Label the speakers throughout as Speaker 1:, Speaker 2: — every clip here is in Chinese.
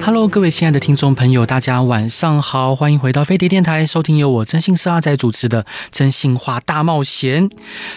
Speaker 1: Hello，各位亲爱的听众朋友，大家晚上好，欢迎回到飞碟电台，收听由我真心是阿仔主持的《真心话大冒险》。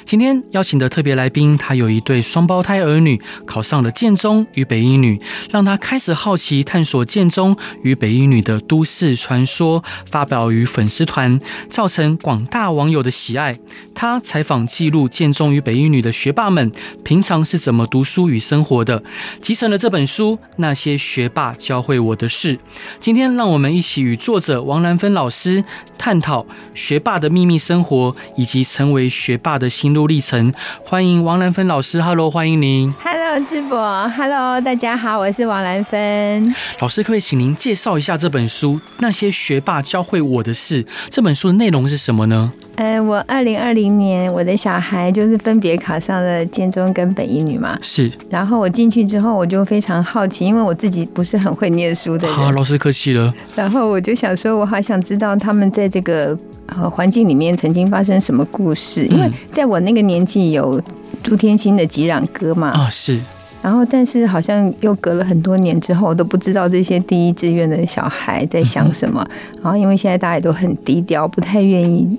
Speaker 1: 今天邀请的特别来宾，他有一对双胞胎儿女，考上了建中与北一女，让他开始好奇探索建中与北一女的都市传说，发表于粉丝团，造成广大网友的喜爱。他采访记录建中与北一女的学霸们，平常是怎么读书与生活的，集成了这本书《那些学霸教会我的事》。今天，让我们一起与作者王兰芬老师探讨学霸的秘密生活，以及成为学霸的心路历程。欢迎王兰芬老师，Hello，欢迎您。
Speaker 2: Hello，智博，Hello，大家好，我是王兰芬。
Speaker 1: 老师，可不可以请您介绍一下这本书《那些学霸教会我的事》？这本书的内容是什么呢？
Speaker 2: 呃，我二零二零年我的小孩就是分别考上了建中跟北一女嘛，
Speaker 1: 是，
Speaker 2: 然后我进去之后我就非常好奇，因为我自己不是很会念书的
Speaker 1: 好，
Speaker 2: 人，
Speaker 1: 老师客气了。
Speaker 2: 然后我就想说，我好想知道他们在这个呃环境里面曾经发生什么故事，因为
Speaker 1: 嗯
Speaker 2: 在我那个年纪有朱天心的《吉壤歌》嘛，
Speaker 1: 啊，是，
Speaker 2: 然后，但是好像又隔了很多年之后，我都不知道这些第一志愿的小孩在想什么。然后，因为现在大家也都很低调，不太愿意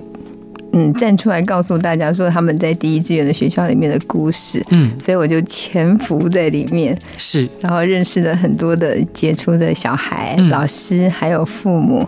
Speaker 2: 嗯站出来告诉大家说他们在第一志愿的学校里面的故事，
Speaker 1: 嗯，
Speaker 2: 所以我就潜伏在里面，
Speaker 1: 是，
Speaker 2: 然后认识了很多的杰出的小孩、
Speaker 1: 嗯
Speaker 2: 老师还有父母。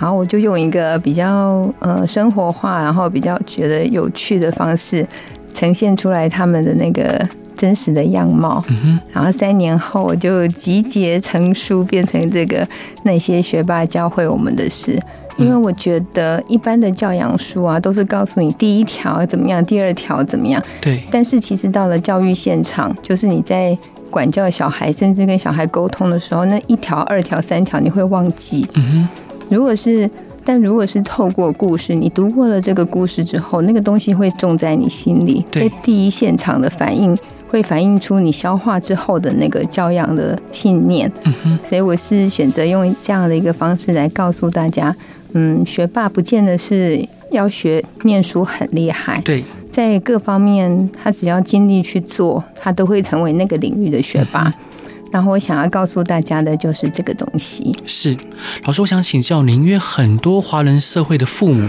Speaker 2: 然后我就用一个比较呃生活化，然后比较觉得有趣的方式，呈现出来他们的那个真实的样貌。
Speaker 1: 嗯哼，
Speaker 2: 然后三年后我就集结成书，变成这个那些学霸教会我们的事。
Speaker 1: 嗯
Speaker 2: 因为我觉得一般的教养书啊，都是告诉你第一条怎么样，第二条怎么样。
Speaker 1: 对，
Speaker 2: 但是其实到了教育现场，就是你在管教小孩，甚至跟小孩沟通的时候，那一条、二条、三条你会忘记。
Speaker 1: 嗯哼，
Speaker 2: 如果是，但如果是透过故事，你读过了这个故事之后，那个东西会种在你心里，
Speaker 1: 对
Speaker 2: 在第一现场的反应会反映出你消化之后的那个教养的信念。
Speaker 1: 嗯哼，
Speaker 2: 所以我是选择用这样的一个方式来告诉大家，嗯，学霸不见得是要学念书很厉害，
Speaker 1: 对，
Speaker 2: 在各方面，他只要尽力去做，他都会成为那个领域的学霸。然后我想要告诉大家的就是这个东西。
Speaker 1: 是，老师，我想请教您，因为很多华人社会的父母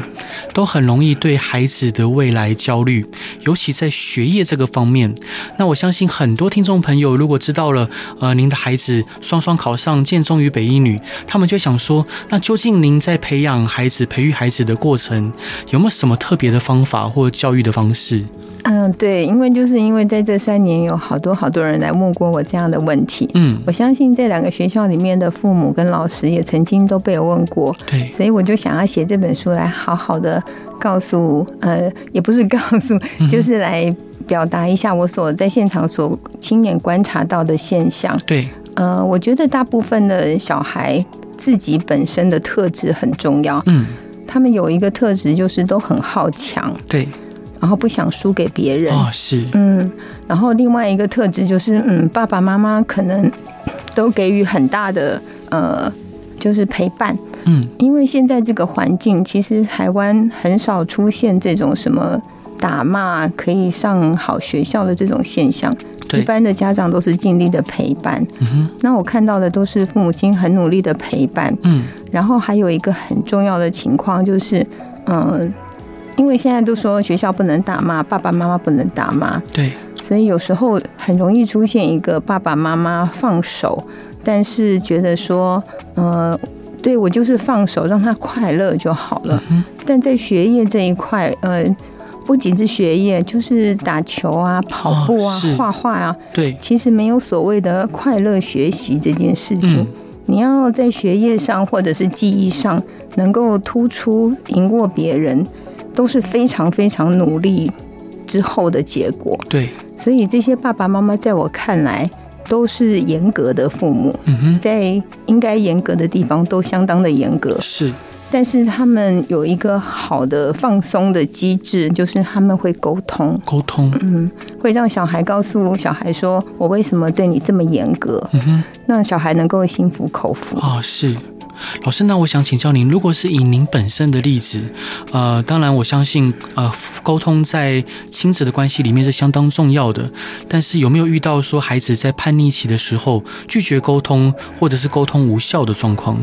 Speaker 1: 都很容易对孩子的未来焦虑，尤其在学业这个方面。那我相信很多听众朋友如果知道了，呃，您的孩子双双考上建中与北一女，他们就会想说，那究竟您在培养孩子、培育孩子的过程，有没有什么特别的方法或教育的方式？
Speaker 2: 嗯，对，因为就是因为在这三年，有好多好多人来问过我这样的问题。
Speaker 1: 嗯，
Speaker 2: 我相信这两个学校里面的父母跟老师也曾经都被我问过，
Speaker 1: 对，
Speaker 2: 所以我就想要写这本书来好好的告诉，呃，也不是告诉，就是来表达一下我所在现场所亲眼观察到的现象。
Speaker 1: 对，
Speaker 2: 呃，我觉得大部分的小孩自己本身的特质很重要，
Speaker 1: 嗯，
Speaker 2: 他们有一个特质就是都很好强，
Speaker 1: 对，
Speaker 2: 然后不想输给别人。
Speaker 1: 啊、是，
Speaker 2: 嗯，然后另外一个特质就是，嗯，爸爸妈妈可能都给予很大的呃，就是陪伴，
Speaker 1: 嗯，
Speaker 2: 因为现在这个环境，其实台湾很少出现这种什么打骂可以上好学校的这种现象。一
Speaker 1: 对，
Speaker 2: 般的家长都是尽力的陪伴，
Speaker 1: 嗯哼，
Speaker 2: 那我看到的都是父母亲很努力的陪伴，
Speaker 1: 嗯，
Speaker 2: 然后还有一个很重要的情况就是，嗯、因为现在都说学校不能打骂，爸爸妈妈不能打骂，
Speaker 1: 对，
Speaker 2: 所以有时候很容易出现一个爸爸妈妈放手，但是觉得说，呃，对我就是放手，让他快乐就好了。
Speaker 1: 嗯
Speaker 2: 但在学业这一块，呃，不仅是学业，就是打球啊、跑步
Speaker 1: 哦
Speaker 2: 啊
Speaker 1: 是、
Speaker 2: 画画啊，
Speaker 1: 对，
Speaker 2: 其实没有所谓的快乐学习这件事情。
Speaker 1: 嗯，
Speaker 2: 你要在学业上或者是记忆上能够突出、赢过别人，都是非常非常努力之后的结果。
Speaker 1: 对，
Speaker 2: 所以这些爸爸妈妈在我看来都是严格的父母，
Speaker 1: 嗯哼。
Speaker 2: 在应该严格的地方都相当的严格，
Speaker 1: 是，
Speaker 2: 但是他们有一个好的放松的机制，就是他们会沟通，
Speaker 1: 沟通，
Speaker 2: 嗯，会让小孩告诉小孩说：“我为什么对你这么严格
Speaker 1: 嗯哼，？”
Speaker 2: 让小孩能够心服口服。
Speaker 1: 啊、是。老师，那我想请教您，如果是以您本身的例子，呃，当然我相信，呃，沟通在亲子的关系里面是相当重要的。但是有没有遇到说孩子在叛逆期的时候拒绝沟通，或者是沟通无效的状况？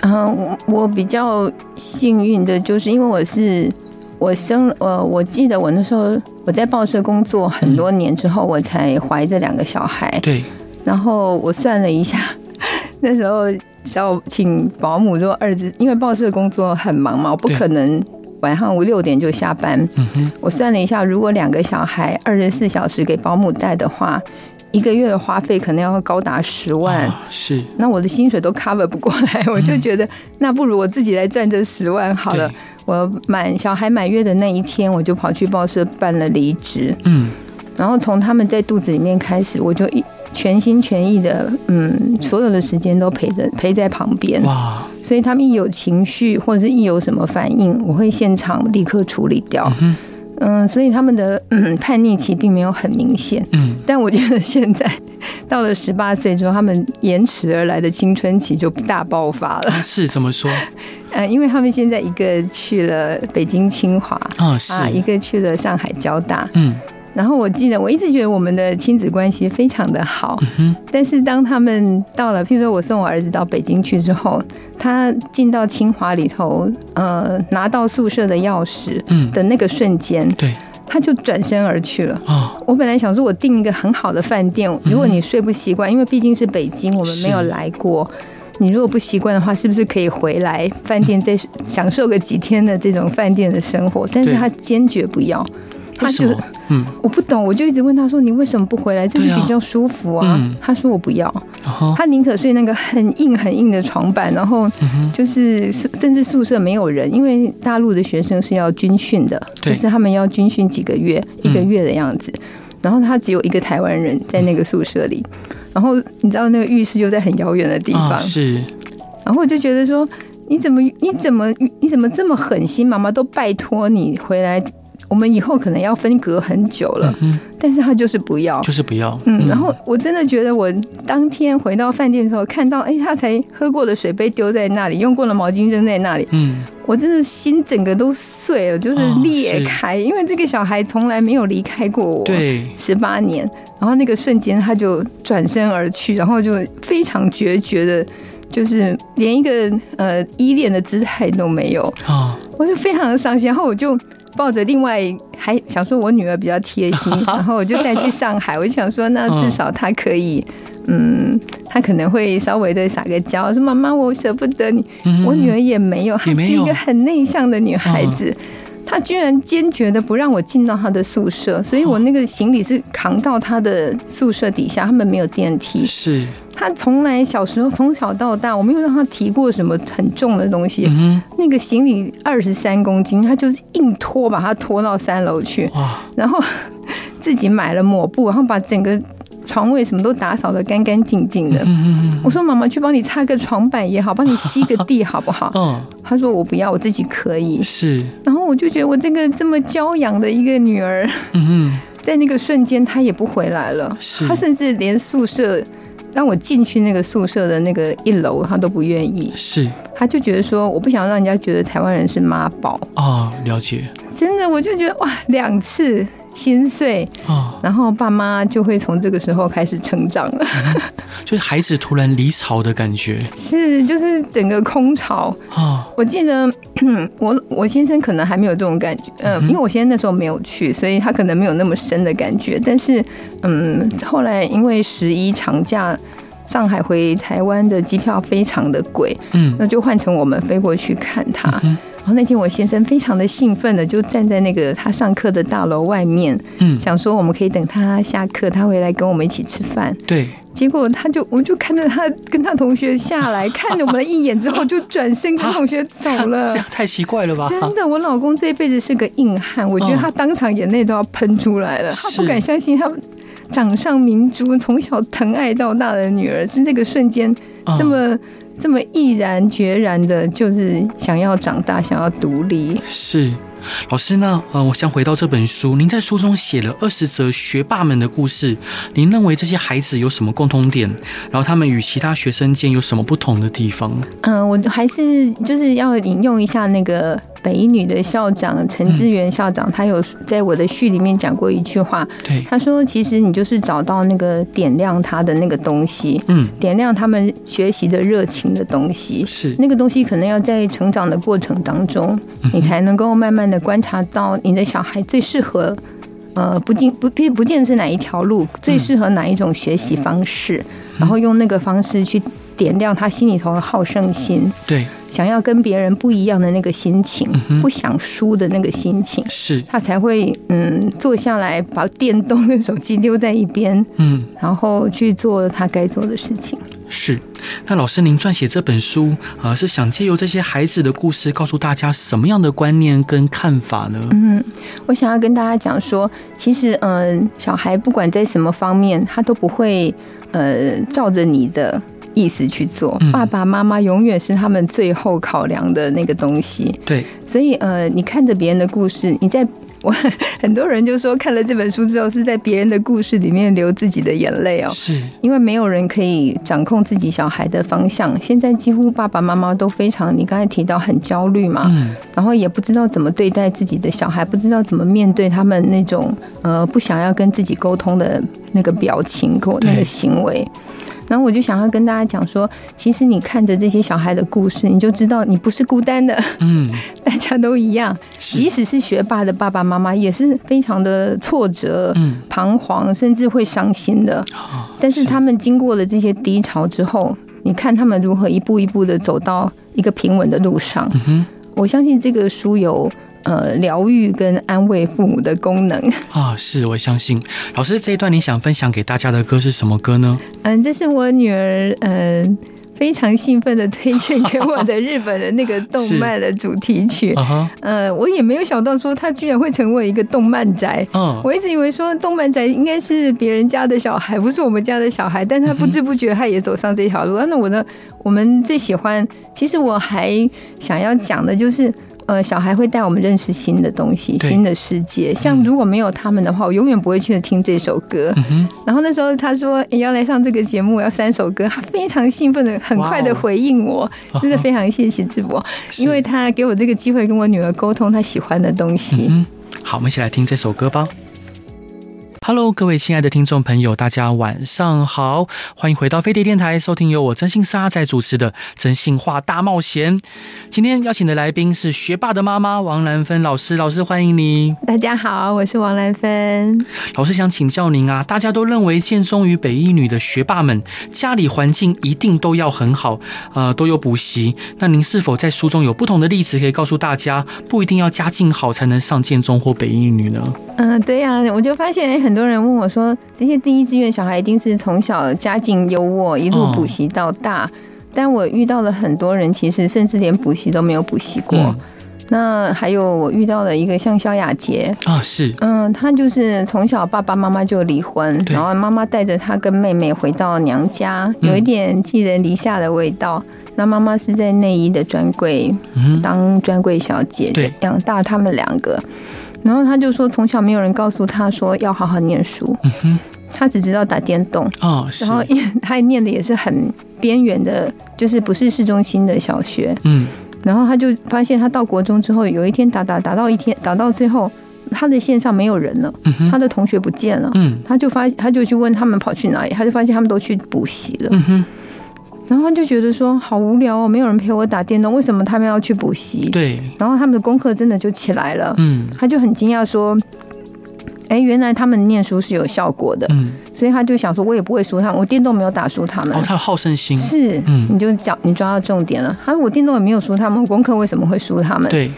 Speaker 2: 嗯，我我比较幸运的就是因为我是我生呃，我记得我那时候我在报社工作很多年之后，我才怀这两个小孩。
Speaker 1: 对，
Speaker 2: 然后我算了一下， 那时候要请保姆，如果儿子因为报社工作很忙嘛，我不
Speaker 1: 对
Speaker 2: 可能晚上五六点就下班。
Speaker 1: 嗯哼，
Speaker 2: 我算了一下，如果两个小孩二十四小时给保姆带的话，一个月的花费可能要高达十万。
Speaker 1: 啊、是，
Speaker 2: 那我的薪水都 cover 不过 来，我就觉得那不如我自己来赚这十万好了
Speaker 1: 对。，
Speaker 2: 我满小孩满月的那一天，我就跑去报社办了离职，
Speaker 1: 嗯，
Speaker 2: 然后从他们在肚子里面开始，我就一全心全意的，嗯，所有的时间都陪着陪在旁边。
Speaker 1: 哇，
Speaker 2: 所以他们一有情绪或者是一有什么反应，我会现场立刻处理掉。
Speaker 1: 嗯
Speaker 2: 嗯，所以他们的、嗯、叛逆期并没有很明显。
Speaker 1: 嗯，
Speaker 2: 但我觉得现在到了十八岁之后，他们延迟而来的青春期就大爆发了。
Speaker 1: 是怎么说
Speaker 2: 嗯，因为他们现在一个去了北京清华
Speaker 1: 啊？是，
Speaker 2: 啊，一个去了上海交大。
Speaker 1: 嗯
Speaker 2: 然后我记得我一直觉得我们的亲子关系非常的好，
Speaker 1: 嗯
Speaker 2: 但是当他们到了，譬如说我送我儿子到北京去之后，他进到清华里头，呃，拿到宿舍的钥匙
Speaker 1: 嗯，
Speaker 2: 的那个瞬间，
Speaker 1: 对，
Speaker 2: 他就转身而去了。
Speaker 1: 啊、
Speaker 2: 我本来想说，我订一个很好的饭店，如果你睡不习惯，因为毕竟是北京，我们
Speaker 1: 是
Speaker 2: 没有来过。你如果不习惯的话，是不是可以回来饭店再享受个几天的这种饭店的生活？但是
Speaker 1: 对
Speaker 2: 他坚决不要，他
Speaker 1: 为
Speaker 2: 就
Speaker 1: 什么？嗯，
Speaker 2: 我不懂，我就一直问他说：“你为什么不回来？这里
Speaker 1: 对啊
Speaker 2: 比较舒服啊。
Speaker 1: 嗯
Speaker 2: 他说：“我不要，
Speaker 1: 然后，
Speaker 2: 他宁可睡那个很硬很硬的床板，然后
Speaker 1: 嗯哼，
Speaker 2: 就是甚至宿舍没有人，因为大陆的学生是要军训的，
Speaker 1: 对
Speaker 2: 就是他们要军训几个月，
Speaker 1: 嗯
Speaker 2: 一个月的样子。然后他只有一个台湾人在那个宿舍里，然后你知道那个浴室就在很遥远的地方，
Speaker 1: 啊，是，
Speaker 2: 然后我就觉得说，你怎么你怎么你怎么这么狠心？妈妈都拜托你回来，我们以后可能要分隔很久了
Speaker 1: 嗯。哼，
Speaker 2: 但是他就是不要。
Speaker 1: 就是不要，
Speaker 2: 嗯，然后我真的觉得，我当天回到饭店的时候，看到哎，他才喝过的水杯丢在那里，用过的毛巾扔在那里，
Speaker 1: 嗯，
Speaker 2: 我真的心整个都碎了，就是
Speaker 1: 哦
Speaker 2: 裂开，因为这个小孩从来没有离开过我，，
Speaker 1: 对，
Speaker 2: 十八年，然后那个瞬间他就转身而去，然后就非常决绝的，就是连一个呃依恋的姿态都没有，
Speaker 1: 啊、
Speaker 2: 我就非常的伤心，然后我就抱着另外还想说我女儿比较贴 心，然后我就带去上海，我就想说那至少她可以，嗯，她可能会稍微的撒个娇，说妈妈我舍不得你，
Speaker 1: 嗯
Speaker 2: 我女儿也没有，她
Speaker 1: 也
Speaker 2: 是
Speaker 1: 没有嗯
Speaker 2: 一个很内向的女孩子。她居然坚决的不让我进到她的宿舍，所以我那个行李是扛到她的宿舍底下，他们没有电梯。
Speaker 1: 是，
Speaker 2: 她从来小时候从小到大，我没有让她提过什么很重的东西，
Speaker 1: 嗯
Speaker 2: 那个行李二十三公斤，他就是硬拖把它拖到三楼去，
Speaker 1: 哼，哇，
Speaker 2: 然后 自己买了抹布，然后把整个床位什么都打扫得干干净净的。
Speaker 1: 嗯嗯
Speaker 2: 我说妈妈去帮你擦个床板也好，帮你吸个地好不好？
Speaker 1: 嗯，
Speaker 2: 他说我不要，我自己可以
Speaker 1: 嗯，。是，
Speaker 2: 然后我就觉得我这个这么娇养的一个女儿，
Speaker 1: 嗯嗯，
Speaker 2: 在那个瞬间她也不回来了，
Speaker 1: 是
Speaker 2: 她甚至连宿舍让我进去那个宿舍的那个一楼，她都不愿意，
Speaker 1: 是，
Speaker 2: 她就觉得说我不想让人家觉得台湾人是妈宝。
Speaker 1: 哦，了解，
Speaker 2: 真的，我就觉得哇，两次心碎，
Speaker 1: 哦，
Speaker 2: 然后爸妈就会从这个时候开始成长了。
Speaker 1: 就是孩子突然离巢的感觉，
Speaker 2: 是，就是整个空巢。
Speaker 1: 哦，
Speaker 2: 我记得 我我先生可能还没有这种感觉，嗯、因为我先生那时候没有去，所以他可能没有那么深的感觉。但是，嗯，后来因为十一长假。上海回台湾的机票非常的贵，
Speaker 1: 嗯，
Speaker 2: 那就换成我们飞过去看他。
Speaker 1: 嗯
Speaker 2: 然后那天我先生非常的兴奋的就站在那个他上课的大楼外面，
Speaker 1: 嗯，
Speaker 2: 想说我们可以等他下课，他回来跟我们一起吃饭。
Speaker 1: 对，
Speaker 2: 结果他就，我们就看着他跟他同学下来，看着我们了一眼之后，就转身跟同学走了
Speaker 1: 这。样太奇怪了吧？啊
Speaker 2: 真的，我老公这辈子是个硬汉，我觉得
Speaker 1: 嗯
Speaker 2: 他当场眼泪都要喷出来了，他不
Speaker 1: 是
Speaker 2: 敢相信他掌上明珠，从小疼爱到大的女儿，是这个瞬间
Speaker 1: 嗯
Speaker 2: 这么这么毅然决然的，就是想要长大，想要独立。
Speaker 1: 是，老师，那呃，我想回到这本书，您在书中写了二十则学霸们的故事，您认为这些孩子有什么共通点？然后他们与其他学生间有什么不同的地方？
Speaker 2: 嗯，我还是就是要引用一下那个北一女的校长陈志远校长，他有在我的序里面讲过一句话，
Speaker 1: 对，
Speaker 2: 他说：“其实你就是找到那个点亮他的那个东西，
Speaker 1: 嗯，
Speaker 2: 点亮他们学习的热情的东西。
Speaker 1: 是，
Speaker 2: 那个东西可能要在成长的过程当中，你才能够慢慢的观察到你的小孩最适合，呃，不见不不不见是哪一条路，最适合哪一种学习方式，然后用那个方式去点亮他心里头的好胜心，
Speaker 1: 对，
Speaker 2: 想要跟别人不一样的那个心情，
Speaker 1: 哼
Speaker 2: 不想输的那个心情。”
Speaker 1: 是，
Speaker 2: 他才会嗯坐下来，把电动跟手机丢在一边，
Speaker 1: 嗯。
Speaker 2: 然后去做他该做的事情。
Speaker 1: 是，那老师，您撰写这本书，呃，是想借由这些孩子的故事，告诉大家什么样的观念跟看法呢？
Speaker 2: 嗯我想要跟大家讲说，其实嗯、小孩不管在什么方面，他都不会呃照着你的。意思去做
Speaker 1: 嗯，
Speaker 2: 爸爸妈妈永远是他们最后考量的那个东西。
Speaker 1: 对，
Speaker 2: 所以，呃，你看着别人的故事，你在我 很多人就说看了这本书之后，是在别人的故事里面流自己的眼泪哦。
Speaker 1: 是，
Speaker 2: 因为没有人可以掌控自己小孩的方向。现在几乎爸爸妈妈都非常，你刚才提到很焦虑嘛，
Speaker 1: 嗯，
Speaker 2: 然后也不知道怎么对待自己的小孩，不知道怎么面对他们那种呃不想要跟自己沟通的那个表情跟我那
Speaker 1: 对
Speaker 2: 个行为。然后我就想要跟大家讲说，其实你看着这些小孩的故事，你就知道你不是孤单的，
Speaker 1: 嗯，
Speaker 2: 大家都一样。即
Speaker 1: 是，
Speaker 2: 使是学霸的爸爸妈妈，也是非常的挫折、
Speaker 1: 嗯，
Speaker 2: 彷徨，甚至会伤心的。
Speaker 1: 啊
Speaker 2: 但是他们经过了这些低潮之后，你看他们如何一步一步的走到一个平稳的路上。
Speaker 1: 嗯哼，
Speaker 2: 我相信这个书有呃疗愈跟安慰父母的功能。
Speaker 1: 啊，是我相信老师这一段你想分享给大家的歌是什么歌呢？
Speaker 2: 嗯，这是我女儿嗯、非常兴奋的推荐给我的日本的那个动漫的主题曲。
Speaker 1: 啊哈，
Speaker 2: 呃，我也没有想到说她居然会成为一个动漫宅。
Speaker 1: 嗯，
Speaker 2: 我一直以为说动漫宅应该是别人家的小孩，不是我们家的小孩，但他不知不觉他也走上这条路。啊那我的我们最喜欢，其实我还想要讲的就是。呃，小孩会带我们认识新的东西、
Speaker 1: 对
Speaker 2: 新的世界。像如果没有他们的话，我永远不会去听这首歌。
Speaker 1: 嗯哼
Speaker 2: 然后那时候他说、诶要来上这个节目，要三首歌，他非常兴奋的，很快
Speaker 1: 哇
Speaker 2: 的
Speaker 1: 哦
Speaker 2: 回 应我，真的非常谢谢智博，
Speaker 1: 是
Speaker 2: 因为他给我这个机会跟我女儿沟通她喜欢的东西。
Speaker 1: 嗯，好，我们一起来听这首歌吧。Hello，各位亲爱的听众朋友，大家晚上好，欢迎回到飞碟电台，收听由我真心沙仔主持的《真心话大冒险》。今天邀请的来宾是学霸的妈妈王兰芬老师，老师欢迎你。
Speaker 2: 大家好，我是王兰芬。
Speaker 1: 老师想请教您啊，大家都认为建中与北一女的学霸们家里环境一定都要很好，呃，都有补习。那您是否在书中有不同的例子可以告诉大家，不一定要家境好才能上建中或北一女呢？
Speaker 2: 嗯、对呀、我就发现诶很多人问我说，这些第一志愿小孩一定是从小家境优渥，一路
Speaker 1: 嗯
Speaker 2: 补习到大。但我遇到了很多人，其实甚至连补习都没有补习过。
Speaker 1: 嗯
Speaker 2: 那还有我遇到了一个像萧雅洁，
Speaker 1: 啊，是，
Speaker 2: 嗯，她就是从小爸爸妈妈就离婚，
Speaker 1: 对
Speaker 2: 然后妈妈带着她跟妹妹回到娘家，有一
Speaker 1: 嗯
Speaker 2: 点寄人篱下的味道。那妈妈是在内衣的专柜
Speaker 1: 嗯，
Speaker 2: 当专柜小姐
Speaker 1: 对，
Speaker 2: 养大他们两个。然后他就说，从小没有人告诉他说要好好念书，
Speaker 1: 嗯哼，
Speaker 2: 他只知道打电动。
Speaker 1: 啊，是
Speaker 2: 然，后 他念的也是很边缘的，就是不是市中心的小学。
Speaker 1: 嗯，
Speaker 2: 然后他就发现，他到国中之后，有一天打打打到一天，打到最后，他的线上没有人了，
Speaker 1: 嗯哼，
Speaker 2: 他的同学不见了。
Speaker 1: 嗯，
Speaker 2: 他就发，他就去问他们跑去哪里，他就发现他们都去补习了。
Speaker 1: 嗯哼，
Speaker 2: 然后他就觉得说，好无聊哦，没有人陪我打电动，为什么他们要去补习？
Speaker 1: 对，
Speaker 2: 然后他们的功课真的就起来了，
Speaker 1: 嗯，
Speaker 2: 他就很惊讶说：“哎，原来他们念书是有效果的。
Speaker 1: 嗯，”
Speaker 2: 所以他就想说：“我也不会输他们，我电动没有打输他们
Speaker 1: 哦，。他有好胜心”，
Speaker 2: 是，
Speaker 1: 嗯
Speaker 2: 你就讲你抓到重点了。他说：“我电动也没有输他们，我功课为什么会输他们
Speaker 1: 对，？”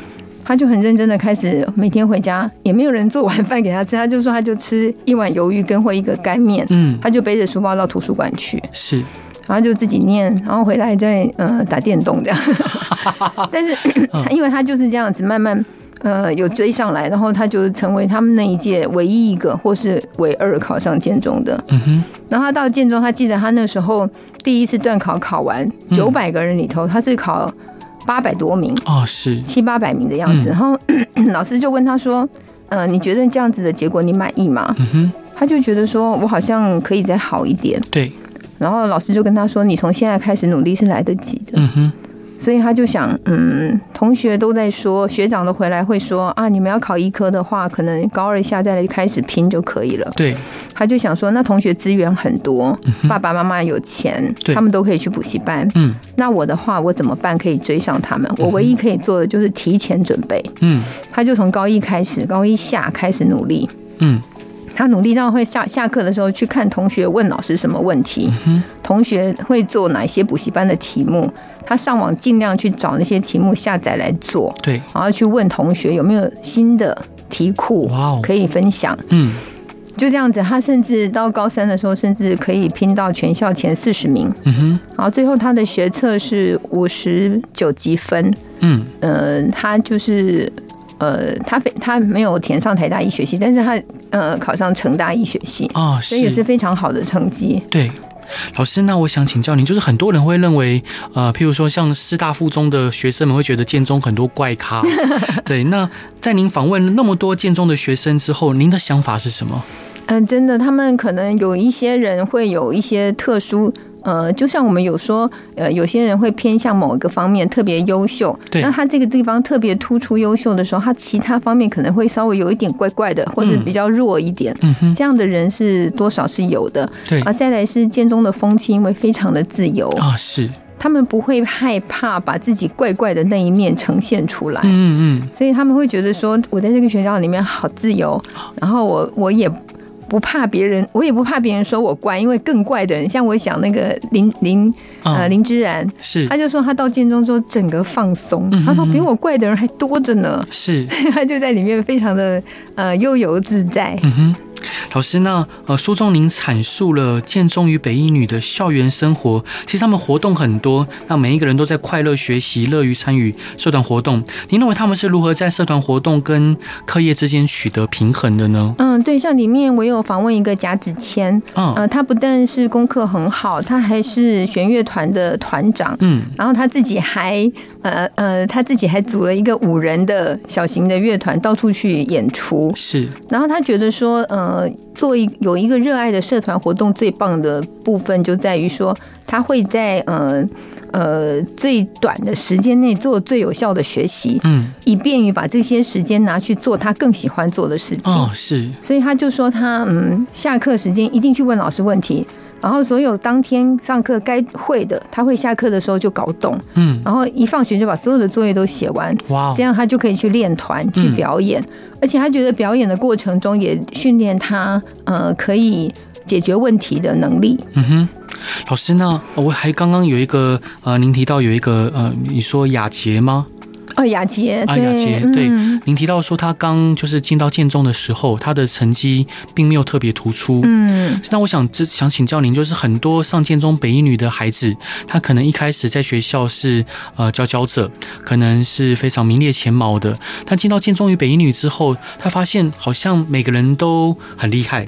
Speaker 2: 他就很认真的开始每天回家，也没有人做晚饭给他吃，他就说他就吃一碗鱿鱼羹或一个干面，
Speaker 1: 嗯，
Speaker 2: 他就背着书包到图书馆去。
Speaker 1: 是，
Speaker 2: 然后就自己念，然后 回
Speaker 1: 嗯
Speaker 2: 来再呃打电动这样。但是他因为他就是这样子慢慢呃有追上来，然后他就成为他们那一届唯一一个或是唯二考上建中的。
Speaker 1: 嗯哼，
Speaker 2: 然后他到建中，他记得他那时候第一次段考考完
Speaker 1: 嗯
Speaker 2: 九百个人里头，他是考八百多名，
Speaker 1: 哦，是，
Speaker 2: 七八百名的样子。
Speaker 1: 嗯
Speaker 2: 然后 老师就问他说：“呃，你觉得这样子的结果你满意吗
Speaker 1: 嗯哼，？”
Speaker 2: 他就觉得说：“我好像可以再好一点。
Speaker 1: 对，”
Speaker 2: 然后老师就跟他说：“你从现在开始努力是来得及的。
Speaker 1: 嗯哼，”
Speaker 2: 所以他就想，嗯，同学都在说，学长都回来会说啊，你们要考医科的话，可能高二下再来开始拼就可以了。
Speaker 1: 对，
Speaker 2: 他就想说，那同学资源很多，爸爸妈妈有钱，
Speaker 1: 嗯对
Speaker 2: 他们都可以去补习班。
Speaker 1: 嗯
Speaker 2: 那我的话，我怎么办可以追上他们？我唯一可以做的就是提前准备。
Speaker 1: 嗯
Speaker 2: 他就从高一开始，高一下开始努力。
Speaker 1: 嗯
Speaker 2: 他努力到会下下课的时候去看同学问老师什么问题，
Speaker 1: 嗯哼
Speaker 2: 同学会做哪些补习班的题目，他上网尽量去找那些题目下载来做，
Speaker 1: 对，
Speaker 2: 然后去问同学有没有新的题库
Speaker 1: 哇哦，
Speaker 2: 可以分享。
Speaker 1: 嗯
Speaker 2: 就这样子，他甚至到高三的时候，甚至可以拼到全校前四十名。
Speaker 1: 嗯哼，
Speaker 2: 然后最后他的学测是五十九积分，
Speaker 1: 嗯
Speaker 2: 呃，他就是呃，他非他没有填上台大医学系，但是他呃考上成大医学系，
Speaker 1: 哦，
Speaker 2: 所以也是非常好的成绩。
Speaker 1: 对，老师，那我想请教您，就是很多人会认为，呃，譬如说像师大附中的学生们会觉得建中很多怪咖，对。那在您访问那么多建中的学生之后，您的想法是什么？
Speaker 2: 嗯、真的，他们可能有一些人会有一些特殊。呃，就像我们有说，呃，有些人会偏向某一个方面特别优秀，
Speaker 1: 对
Speaker 2: 那他这个地方特别突出优秀的时候，他其他方面可能会稍微有一点怪怪的，或者比较弱一点，
Speaker 1: 嗯哼，
Speaker 2: 这样的人是多少是有的。
Speaker 1: 对
Speaker 2: 啊，再来是建中的风气，因为非常的自由，
Speaker 1: 啊，是，
Speaker 2: 他们不会害怕把自己怪怪的那一面呈现出来，
Speaker 1: 嗯嗯
Speaker 2: 所以他们会觉得说，我在这个学校里面好自由，然后我我也。不怕别人，我也不怕别人说我怪，因为更怪的人，像我想那个林林
Speaker 1: 嗯，啊
Speaker 2: 呃，林之然，
Speaker 1: 是
Speaker 2: 他就说他到建中之后整个放松，
Speaker 1: 嗯
Speaker 2: 他说
Speaker 1: 嗯嗯
Speaker 2: 比我怪的人还多着呢，
Speaker 1: 是，
Speaker 2: 他就在里面非常的呃悠游自在。
Speaker 1: 嗯哼。老师，那呃，书中您阐述了建中与北一女的校园生活，其实他们活动很多，那每一个人都在快乐学习，乐于参与社团活动。您认为他们是如何在社团活动跟课业之间取得平衡的呢？
Speaker 2: 嗯，对，像里面我有访问一个贾子谦，
Speaker 1: 嗯
Speaker 2: 呃，他不但是功课很好，他还是弦乐团的团长。
Speaker 1: 嗯，
Speaker 2: 然后他自己还呃呃，他自己还组了一个五人的小型的乐团，到处去演出。
Speaker 1: 是，
Speaker 2: 然后他觉得说，呃，做一有一个热爱的社团活动，最棒的部分就在于说，他会在呃呃最短的时间内做最有效的学习，
Speaker 1: 嗯，
Speaker 2: 以便于把这些时间拿去做他更喜欢做的事情。
Speaker 1: 哦，是，
Speaker 2: 所以他就说他嗯，下课时间一定去问老师问题，然后所有当天上课该会的，他会下课的时候就搞懂，
Speaker 1: 嗯，
Speaker 2: 然后一放学就把所有的作业都写完，
Speaker 1: 哇哦嗯
Speaker 2: 这，样他就可以去练团去表演，而且他觉得表演的过程中也训练他呃可以解决问题的能力。
Speaker 1: 嗯哼。老师，那我还刚刚有一个呃，您提到有一个呃，你说雅洁吗？
Speaker 2: 哦，雅洁，
Speaker 1: 啊
Speaker 2: 对，
Speaker 1: 雅洁对
Speaker 2: 嗯
Speaker 1: 您提到说她刚就是进到建中的时候，她的成绩并没有特别突出。
Speaker 2: 嗯
Speaker 1: 那我想知想请教您，就是很多上建中北一女的孩子，她可能一开始在学校是呃佼佼者，可能是非常名列前茅的，但进到建中与北一女之后，她发现好像每个人都很厉害。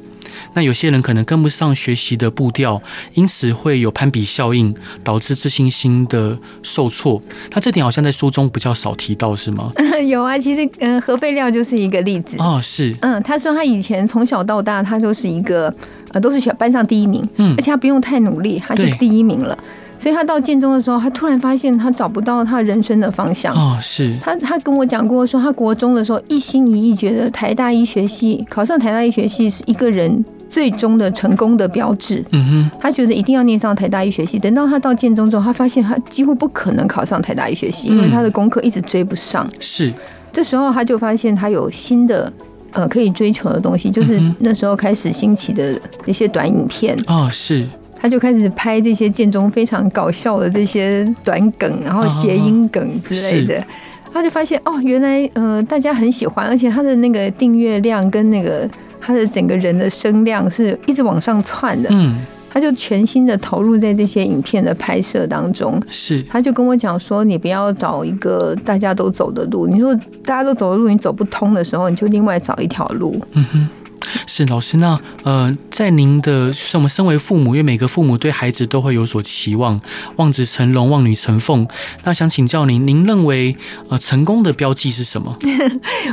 Speaker 1: 那有些人可能跟不上学习的步调，因此会有攀比效应，导致自信心的受挫。那这点好像在书中比较少提到，是吗？
Speaker 2: 有啊，其实嗯，核废料就是一个例子。
Speaker 1: 哦，是，
Speaker 2: 嗯，他说他以前从小到大，他就是一个呃，都是小班上第一名，
Speaker 1: 嗯
Speaker 2: 而，且他不用太努力，他就
Speaker 1: 对
Speaker 2: 第一名了。所以他到建中的时候，他突然发现他找不到他人生的方向。
Speaker 1: 哦，是，
Speaker 2: 他他跟我讲过说，他国中的时候一心一意觉得台大医学系考上台大医学系是一个人最终的成功的标志。
Speaker 1: 嗯哼，
Speaker 2: 他觉得一定要念上台大医学系。等到他到建中之后，他发现他几乎不可能考上台大医学系，因为
Speaker 1: 嗯
Speaker 2: 他的功课一直追不上。
Speaker 1: 是，
Speaker 2: 这时候他就发现他有新的呃可以追求的东西，就是
Speaker 1: 嗯哼
Speaker 2: 那时候开始兴起的一些短影片。
Speaker 1: 哦，是，
Speaker 2: 他就开始拍这些建中非常搞笑的这些短梗，然后谐音梗之类的。他就发现哦，原来呃大家很喜欢，而且他的那个订阅量跟那个他的整个人的声量是一直往上窜的。
Speaker 1: 嗯，
Speaker 2: 他就全心的投入在这些影片的拍摄当中。
Speaker 1: 是
Speaker 2: 他就跟我讲说，你不要找一个大家都走的路，你如果大家都走的路你走不通的时候，你就另外找一条路。
Speaker 1: 是，老师，那呃，在您的，我们身为父母，因为每个父母对孩子都会有所期望，望子成龙，望女成凤。那想请教您，您认为呃成功的标记是什么？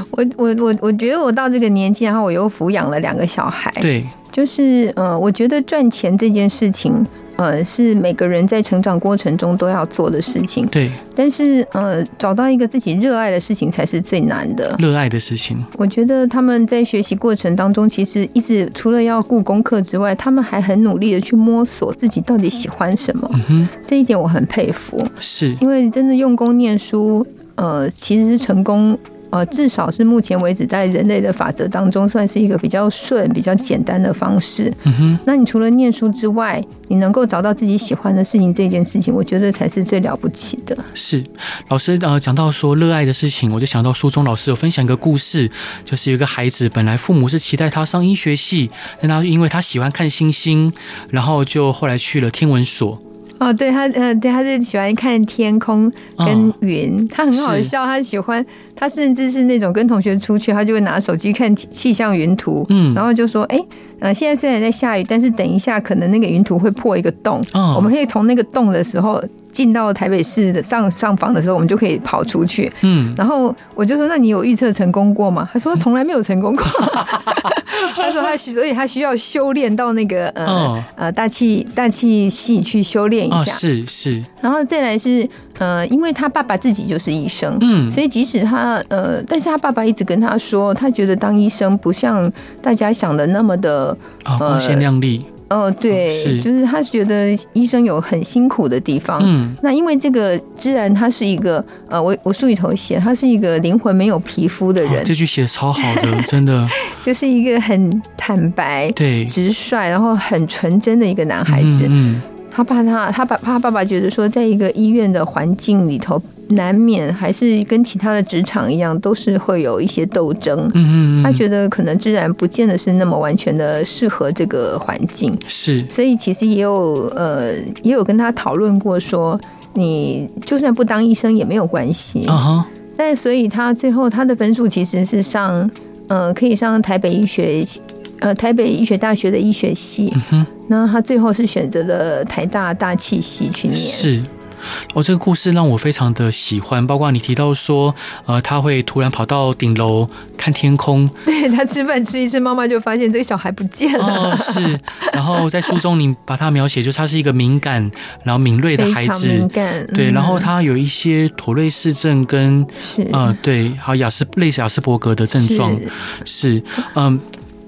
Speaker 2: 我我我我觉得我到这个年纪，然后我又抚养了两个小孩，
Speaker 1: 对，
Speaker 2: 就是呃，我觉得赚钱这件事情，呃，是每个人在成长过程中都要做的事情。
Speaker 1: 对，
Speaker 2: 但是呃，找到一个自己热爱的事情才是最难的。
Speaker 1: 热爱的事情，
Speaker 2: 我觉得他们在学习过程当中，其实一直除了要顾功课之外，他们还很努力的去摸索自己到底喜欢什么。
Speaker 1: 嗯
Speaker 2: 这一点我很佩服，
Speaker 1: 哼，是
Speaker 2: 因为真的用功念书，呃，其实是成功。呃，至少是目前为止，在人类的法则当中，算是一个比较顺、比较简单的方式。
Speaker 1: 嗯哼，
Speaker 2: 那你除了念书之外，你能够找到自己喜欢的事情，这件事情，我觉得才是最了不起的。
Speaker 1: 是。老师呃，讲到说热爱的事情，我就想到书中老师有分享一个故事，就是有一个孩子，本来父母是期待他上医学系，但他因为他喜欢看星星，然后就后来去了天文所。
Speaker 2: 哦，对他，呃，对，他是喜欢看天空跟
Speaker 1: 嗯
Speaker 2: 云，他很好
Speaker 1: 是
Speaker 2: 笑，他喜欢，他甚至是那种跟同学出去，他就会拿手机看气象云图，
Speaker 1: 嗯
Speaker 2: 然后就说，哎，呃，现在虽然在下雨，但是等一下可能那个云图会破一个洞，
Speaker 1: 嗯
Speaker 2: 我们可以从那个洞的时候进到台北市的上上方的时候，我们就可以跑出去。
Speaker 1: 嗯，
Speaker 2: 然后我就说：“那你有预测成功过吗？”他说：“从来没有成功过。” 他说：“他需，所以他需要修炼到那个呃、
Speaker 1: 哦
Speaker 2: 呃大气大气系去修炼一
Speaker 1: 哦，
Speaker 2: 下。
Speaker 1: 是是，
Speaker 2: 然后再来是呃，因为他爸爸自己就是医生，
Speaker 1: 嗯，
Speaker 2: 所以即使他呃，但是他爸爸一直跟他说，他觉得当医生不像大家想的那么的
Speaker 1: 啊，光鲜亮丽，
Speaker 2: 呃，对，
Speaker 1: 哦是
Speaker 2: 就是他觉得医生有很辛苦的地方。
Speaker 1: 嗯，
Speaker 2: 那因为这个，既然他是一个呃，我我书里头写，他是一个灵魂没有皮肤的
Speaker 1: 哦
Speaker 2: 人，
Speaker 1: 这句写的超好 的，真的，
Speaker 2: 就是一个很坦白、
Speaker 1: 对，
Speaker 2: 直率，然后很纯真的一个男孩子。
Speaker 1: 嗯，
Speaker 2: 他怕他，他爸他爸爸觉得说，在一个医院的环境里头，难免还是跟其他的职场一样，都是会有一些斗争。
Speaker 1: 嗯嗯嗯，
Speaker 2: 他觉得可能自然不见得是那么完全的适合这个环境。
Speaker 1: 得嗯是，
Speaker 2: 所以其实也有呃，也有跟他讨论过说，你就算不当医生也没有关系。
Speaker 1: 啊哈，
Speaker 2: 但所以他最后他的分数其实是上，呃，可以上台北医学，呃，台北医学大学的医学系。
Speaker 1: 嗯哼
Speaker 2: 那他最后是选择了台大大气系去念。
Speaker 1: 是。哦，这个故事让我非常的喜欢，包括你提到说，呃，他会突然跑到顶楼看天空，
Speaker 2: 对他吃饭吃一次，妈妈就发现这个小孩不见了。
Speaker 1: 哦， 是。然后在书中你把他描写，就是他是一个敏感，然后敏锐的
Speaker 2: 非
Speaker 1: 孩
Speaker 2: 常敏
Speaker 1: 子，
Speaker 2: 感，
Speaker 1: 对，
Speaker 2: 嗯
Speaker 1: 然后他有一些妥瑞氏症跟，
Speaker 2: 是
Speaker 1: 呃，对，还有雅斯类似雅斯伯格的症状，
Speaker 2: 是
Speaker 1: 是，嗯，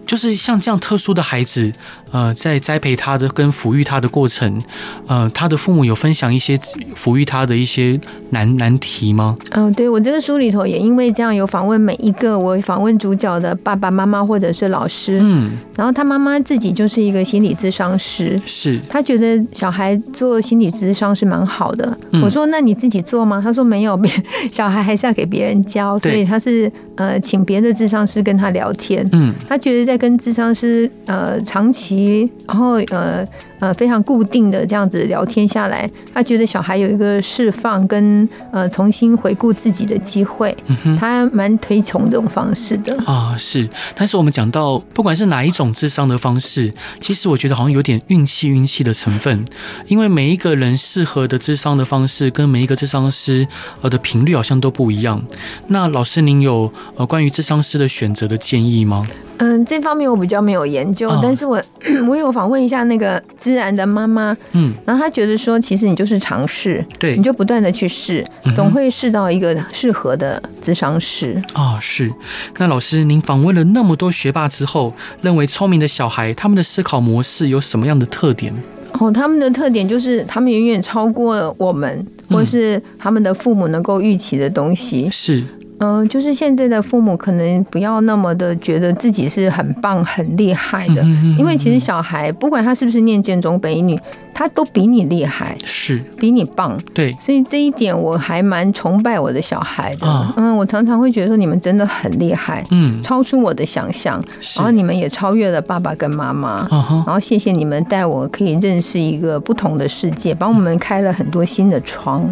Speaker 1: 就是像这样特殊的孩子，呃，在栽培他的跟抚育他的过程，呃，他的父母有分享一些抚育他的一些难难题吗？
Speaker 2: 嗯，对我这个书里头也因为这样有访问每一个我访问主角的爸爸妈妈或者是老师，
Speaker 1: 嗯，
Speaker 2: 然后他妈妈自己就是一个心理咨商师。
Speaker 1: 是，
Speaker 2: 他觉得小孩做心理咨商是蛮好的。
Speaker 1: 嗯
Speaker 2: 我说：“那你自己做吗？”他说：“没有，别 小孩还是要给别人教，所
Speaker 1: 对
Speaker 2: 以他是呃请别的智商师跟他聊天。
Speaker 1: 嗯，
Speaker 2: 他觉得在跟智商师呃长期，然后呃呃非常固定的这样子聊天下来，他觉得小孩有一个释放跟呃重新回顾自己的机会，
Speaker 1: 嗯
Speaker 2: 他蛮推崇这种方式的。
Speaker 1: 啊，是。但是我们讲到，不管是哪一种智商的方式，其实我觉得好像有点运气运气的成分，因为每一个人适合的智商的方式跟每一个智商师呃的频率好像都不一样。那老师，您有呃关于智商师的选择的建议吗？
Speaker 2: 嗯，这方面我比较没有研究，
Speaker 1: 嗯
Speaker 2: 但是我 我有访问一下那个知然的妈妈，
Speaker 1: 嗯，
Speaker 2: 然后她觉得说，其实你就是尝试，
Speaker 1: 对嗯
Speaker 2: 你，就不断的去试，总会试到一个适合的咨商师。
Speaker 1: 啊、是。那老师，您访问了那么多学霸之后，认为聪明的小孩他们的思考模式有什么样的特点？
Speaker 2: 哦，他们的特点就是他们远远超过我们，
Speaker 1: 嗯
Speaker 2: 或是他们的父母能够预期的东西。
Speaker 1: 是
Speaker 2: 呃，就是现在的父母可能不要那么的觉得自己是很棒、很厉害的，
Speaker 1: 嗯
Speaker 2: 因为其实小孩不管他是不是念建中北一女，他都比你厉害，
Speaker 1: 嗯是
Speaker 2: 比你棒。
Speaker 1: 对，
Speaker 2: 所以这一点我还蛮崇拜我的小孩的。
Speaker 1: 啊
Speaker 2: 嗯，我常常会觉得说你们真的很厉害，
Speaker 1: 嗯，
Speaker 2: 超出我的想象，
Speaker 1: 是
Speaker 2: 然后你们也超越了爸爸跟妈妈。
Speaker 1: 啊哈，
Speaker 2: 然后谢谢你们带我可以认识一个不同的世界，帮我们开了很多新的窗。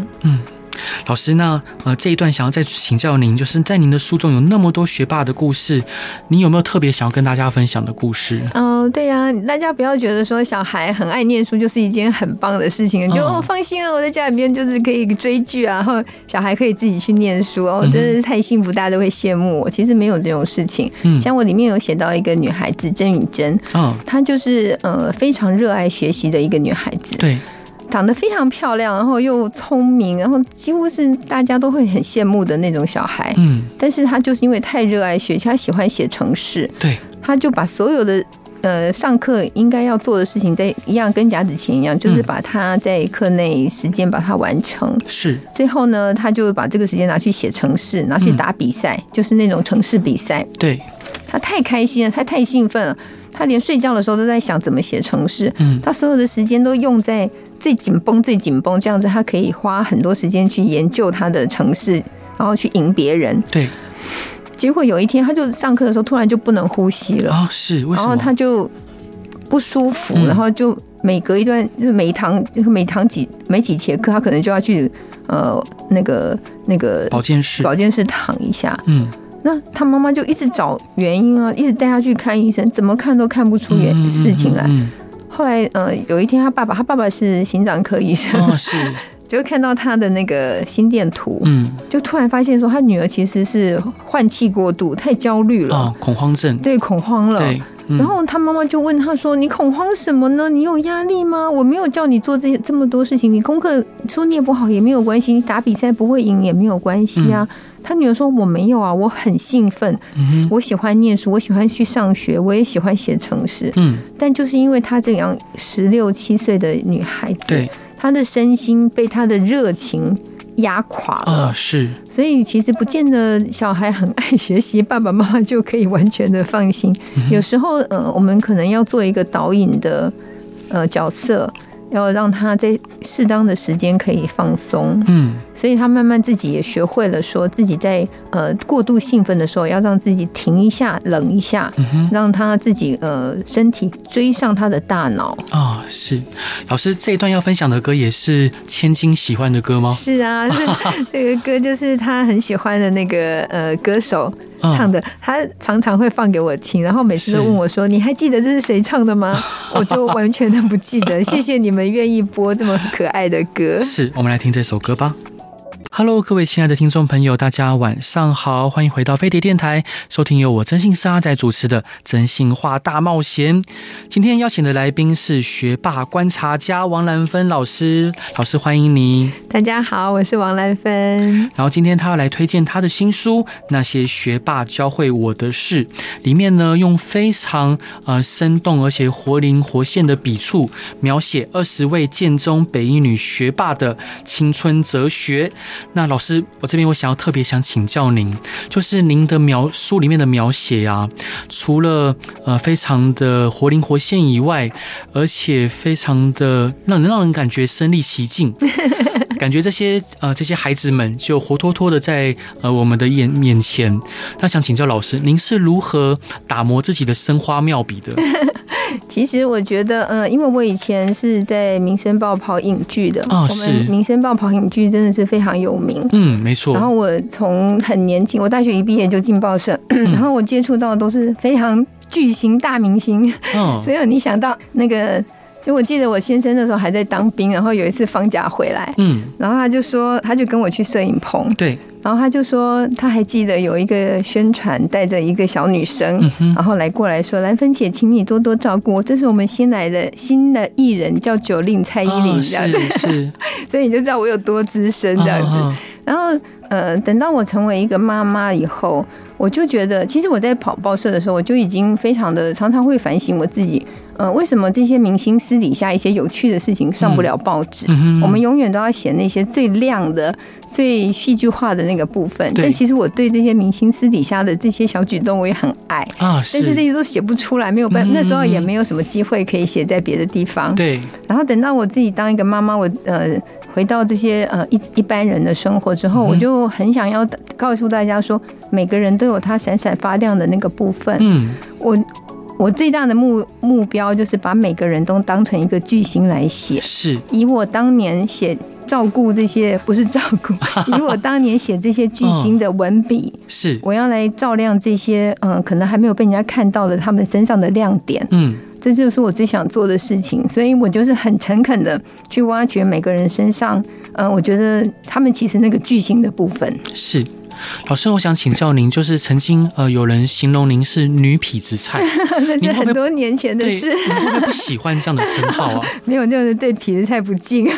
Speaker 1: 老师，那呃这一段想要再请教您，就是在您的书中有那么多学霸的故事，你有没有特别想要跟大家分享的故事？
Speaker 2: 哦，对呀、大家不要觉得说小孩很爱念书就是一件很棒的事情，你就、
Speaker 1: 嗯
Speaker 2: 哦放心啊，我在家里面就是可以追剧啊，然后小孩可以自己去念书
Speaker 1: 嗯
Speaker 2: 哦，真的是太幸福，大家都会羡慕我。其实没有这种事情，
Speaker 1: 嗯
Speaker 2: 像我里面有写到一个女孩子郑雨珍，
Speaker 1: 嗯，
Speaker 2: 她就是呃非常热爱学习的一个女孩子，
Speaker 1: 对，
Speaker 2: 长得非常漂亮，然后又聪明，然后几乎是大家都会很羡慕的那种小孩。
Speaker 1: 嗯，
Speaker 2: 但是她就是因为太热爱学习，她喜欢写程式，
Speaker 1: 对，
Speaker 2: 他就把所有的呃上课应该要做的事情，在一样跟贾子晴一样，
Speaker 1: 嗯
Speaker 2: 就是把他在课内时间把它完成。
Speaker 1: 是，
Speaker 2: 最后呢，他就把这个时间拿去写程式，拿去
Speaker 1: 嗯
Speaker 2: 打比赛，就是那种程式比赛。
Speaker 1: 对，
Speaker 2: 他太开心了，他太兴奋了，他连睡觉的时候都在想怎么写程式。
Speaker 1: 嗯
Speaker 2: 他所有的时间都用在最紧绷、最紧绷，这样子他可以花很多时间去研究他的程式，然后去赢别人。
Speaker 1: 对，
Speaker 2: 结果有一天，他就上课的时候突然就不能呼吸了。
Speaker 1: 啊、是，为什
Speaker 2: 然
Speaker 1: 么？
Speaker 2: 后他就不舒服，
Speaker 1: 嗯
Speaker 2: 然后就每隔一段，就是每一堂，就是每堂几每几节课，他可能就要去呃那个那个
Speaker 1: 保健室，
Speaker 2: 保健室躺一下。
Speaker 1: 嗯，
Speaker 2: 那他妈妈就一直找原因啊，一直带他去看医生，怎么看都看不出原
Speaker 1: 嗯
Speaker 2: 事情来。
Speaker 1: 嗯，
Speaker 2: 后来呃有一天，他爸爸，他爸爸是心脏科医生，
Speaker 1: 嗯哦，是，
Speaker 2: 就看到他的那个心电图，
Speaker 1: 嗯，
Speaker 2: 就突然发现说他女儿其实是换气过度，太焦虑了，
Speaker 1: 哦，恐慌症，
Speaker 2: 对，恐慌了。
Speaker 1: 对，嗯
Speaker 2: 然后他妈妈就问他说：“你恐慌什么呢？你有压力吗？我没有叫你做这这么多事情，你功课书念不好也没有关系，你打比赛不会赢也没有关系啊。他女儿说：“我没有啊，我很兴奋，
Speaker 1: 嗯嗯哼
Speaker 2: 我喜欢念书，我喜欢去上学，我也喜欢写程式。
Speaker 1: 嗯，”
Speaker 2: 但就是因为她这样十六七岁的女孩子
Speaker 1: 对，，
Speaker 2: 她的身心被她的热情压垮了，
Speaker 1: 啊、是，
Speaker 2: 所以其实不见得小孩很爱学习， 爸爸妈妈就可以完全的放心。有时候，呃，我们可能要做一个导引的呃角色，要让他在适当的时间可以放松。
Speaker 1: 嗯，
Speaker 2: 所以他慢慢自己也学会了，说自己在呃过度兴奋的时候，要让自己停一下，冷一下，让他自己呃身体追上他的大脑。
Speaker 1: 啊、是，老师这一段要分享的歌也是千金喜欢的歌吗？
Speaker 2: 是啊，这这个歌就是他很喜欢的那个呃歌手
Speaker 1: 嗯
Speaker 2: 唱的，他常常会放给我听，然后每次
Speaker 1: 是
Speaker 2: 都问我说：“你还记得这是谁唱的吗？” 我就完全的不记得。谢谢你们愿意播这么可爱的歌。
Speaker 1: 是我们来听这首歌吧。Hello，各位亲爱的听众朋友，大家晚上好，欢迎回到飞碟电台，收听由我真性沙仔主持的《真性话大冒险》。今天邀请的来宾是学霸观察家王兰芬老师，老师欢迎你。
Speaker 2: 大家好，我是王兰芬。
Speaker 1: 然后今天他要来推荐他的新书《那些学霸教会我的事》，里面呢用非常呃生动而且活灵活现的笔触，描写二十位建中北一女学霸的青春哲学。那老师，我这边我想要特别想请教您，就是您的描书里面的描写啊，除了呃非常的活灵活现以外，而且非常的让人让人感觉身临其境。感觉这些呃这些孩子们就活脱脱的在呃我们的眼面前。那想请教老师，您是如何打磨自己的生花妙笔 的？
Speaker 2: 其实我觉得，嗯、因为我以前是在《民生报》跑影剧的，
Speaker 1: 哦
Speaker 2: 我们
Speaker 1: 是
Speaker 2: 《民生报》跑影剧真的是非常有名。
Speaker 1: 嗯，没错。
Speaker 2: 然后我从很年轻，我大学一毕业就进报社，然后我接触到的都是非常巨星、大明星。
Speaker 1: 嗯，
Speaker 2: 所以你想到那个，就我记得我先生那时候还在当兵，然后有一次放假回来，
Speaker 1: 嗯，
Speaker 2: 然后他就说，他就跟我去摄影棚，
Speaker 1: 对，
Speaker 2: 然后他就说他还记得有一个宣传带着一个小女生，
Speaker 1: 嗯
Speaker 2: 然后来过来说，兰芬姐，请你多多照顾我，这是我们新来的新的艺人叫九令蔡依林
Speaker 1: 嗯
Speaker 2: 这样子，
Speaker 1: 是是，
Speaker 2: 所以你就知道我有多资深这样子。
Speaker 1: 嗯嗯
Speaker 2: 然后呃，等到我成为一个妈妈以后，我就觉得，其实我在跑报社的时候，我就已经非常的常常会反省我自己，呃，为什么这些明星私底下一些有趣的事情上不了报纸？
Speaker 1: 嗯哼
Speaker 2: 我们永远都要写那些最亮的、最戏剧化的那个部分。
Speaker 1: 对
Speaker 2: 但其实我对这些明星私底下的这些小举动，我也很爱。
Speaker 1: 啊，
Speaker 2: 但是这些都写不出来，没有办
Speaker 1: 嗯
Speaker 2: 那时候也没有什么机会可以写在别的地方。
Speaker 1: 对，
Speaker 2: 然后等到我自己当一个妈妈，我呃回到这些呃一一般人的生活之后，
Speaker 1: 嗯哼
Speaker 2: 我就很想要告诉大家说，每个人都有他闪闪发亮的那个部分。
Speaker 1: 嗯，
Speaker 2: 我我最大的目目标就是把每个人都当成一个巨星来写。
Speaker 1: 是，
Speaker 2: 以我当年写照顾这些不是照 顾，以我当年写这些巨星的文笔，
Speaker 1: 是，
Speaker 2: 我要来照亮这些嗯、呃可能还没有被人家看到的他们身上的亮点。
Speaker 1: 嗯，
Speaker 2: 这就是我最想做的事情，所以我就是很诚恳的去挖掘每个人身上，嗯、我觉得他们其实那个巨星的部分。
Speaker 1: 是。老师，我想请教您，就是曾经呃有人形容您是女痞子菜，
Speaker 2: 那
Speaker 1: 你会
Speaker 2: 是
Speaker 1: 不会
Speaker 2: 很多年前的
Speaker 1: 对，
Speaker 2: 事，
Speaker 1: 你会不会不喜欢这样的称号 啊？
Speaker 2: 没有就是对痞子太不 敬。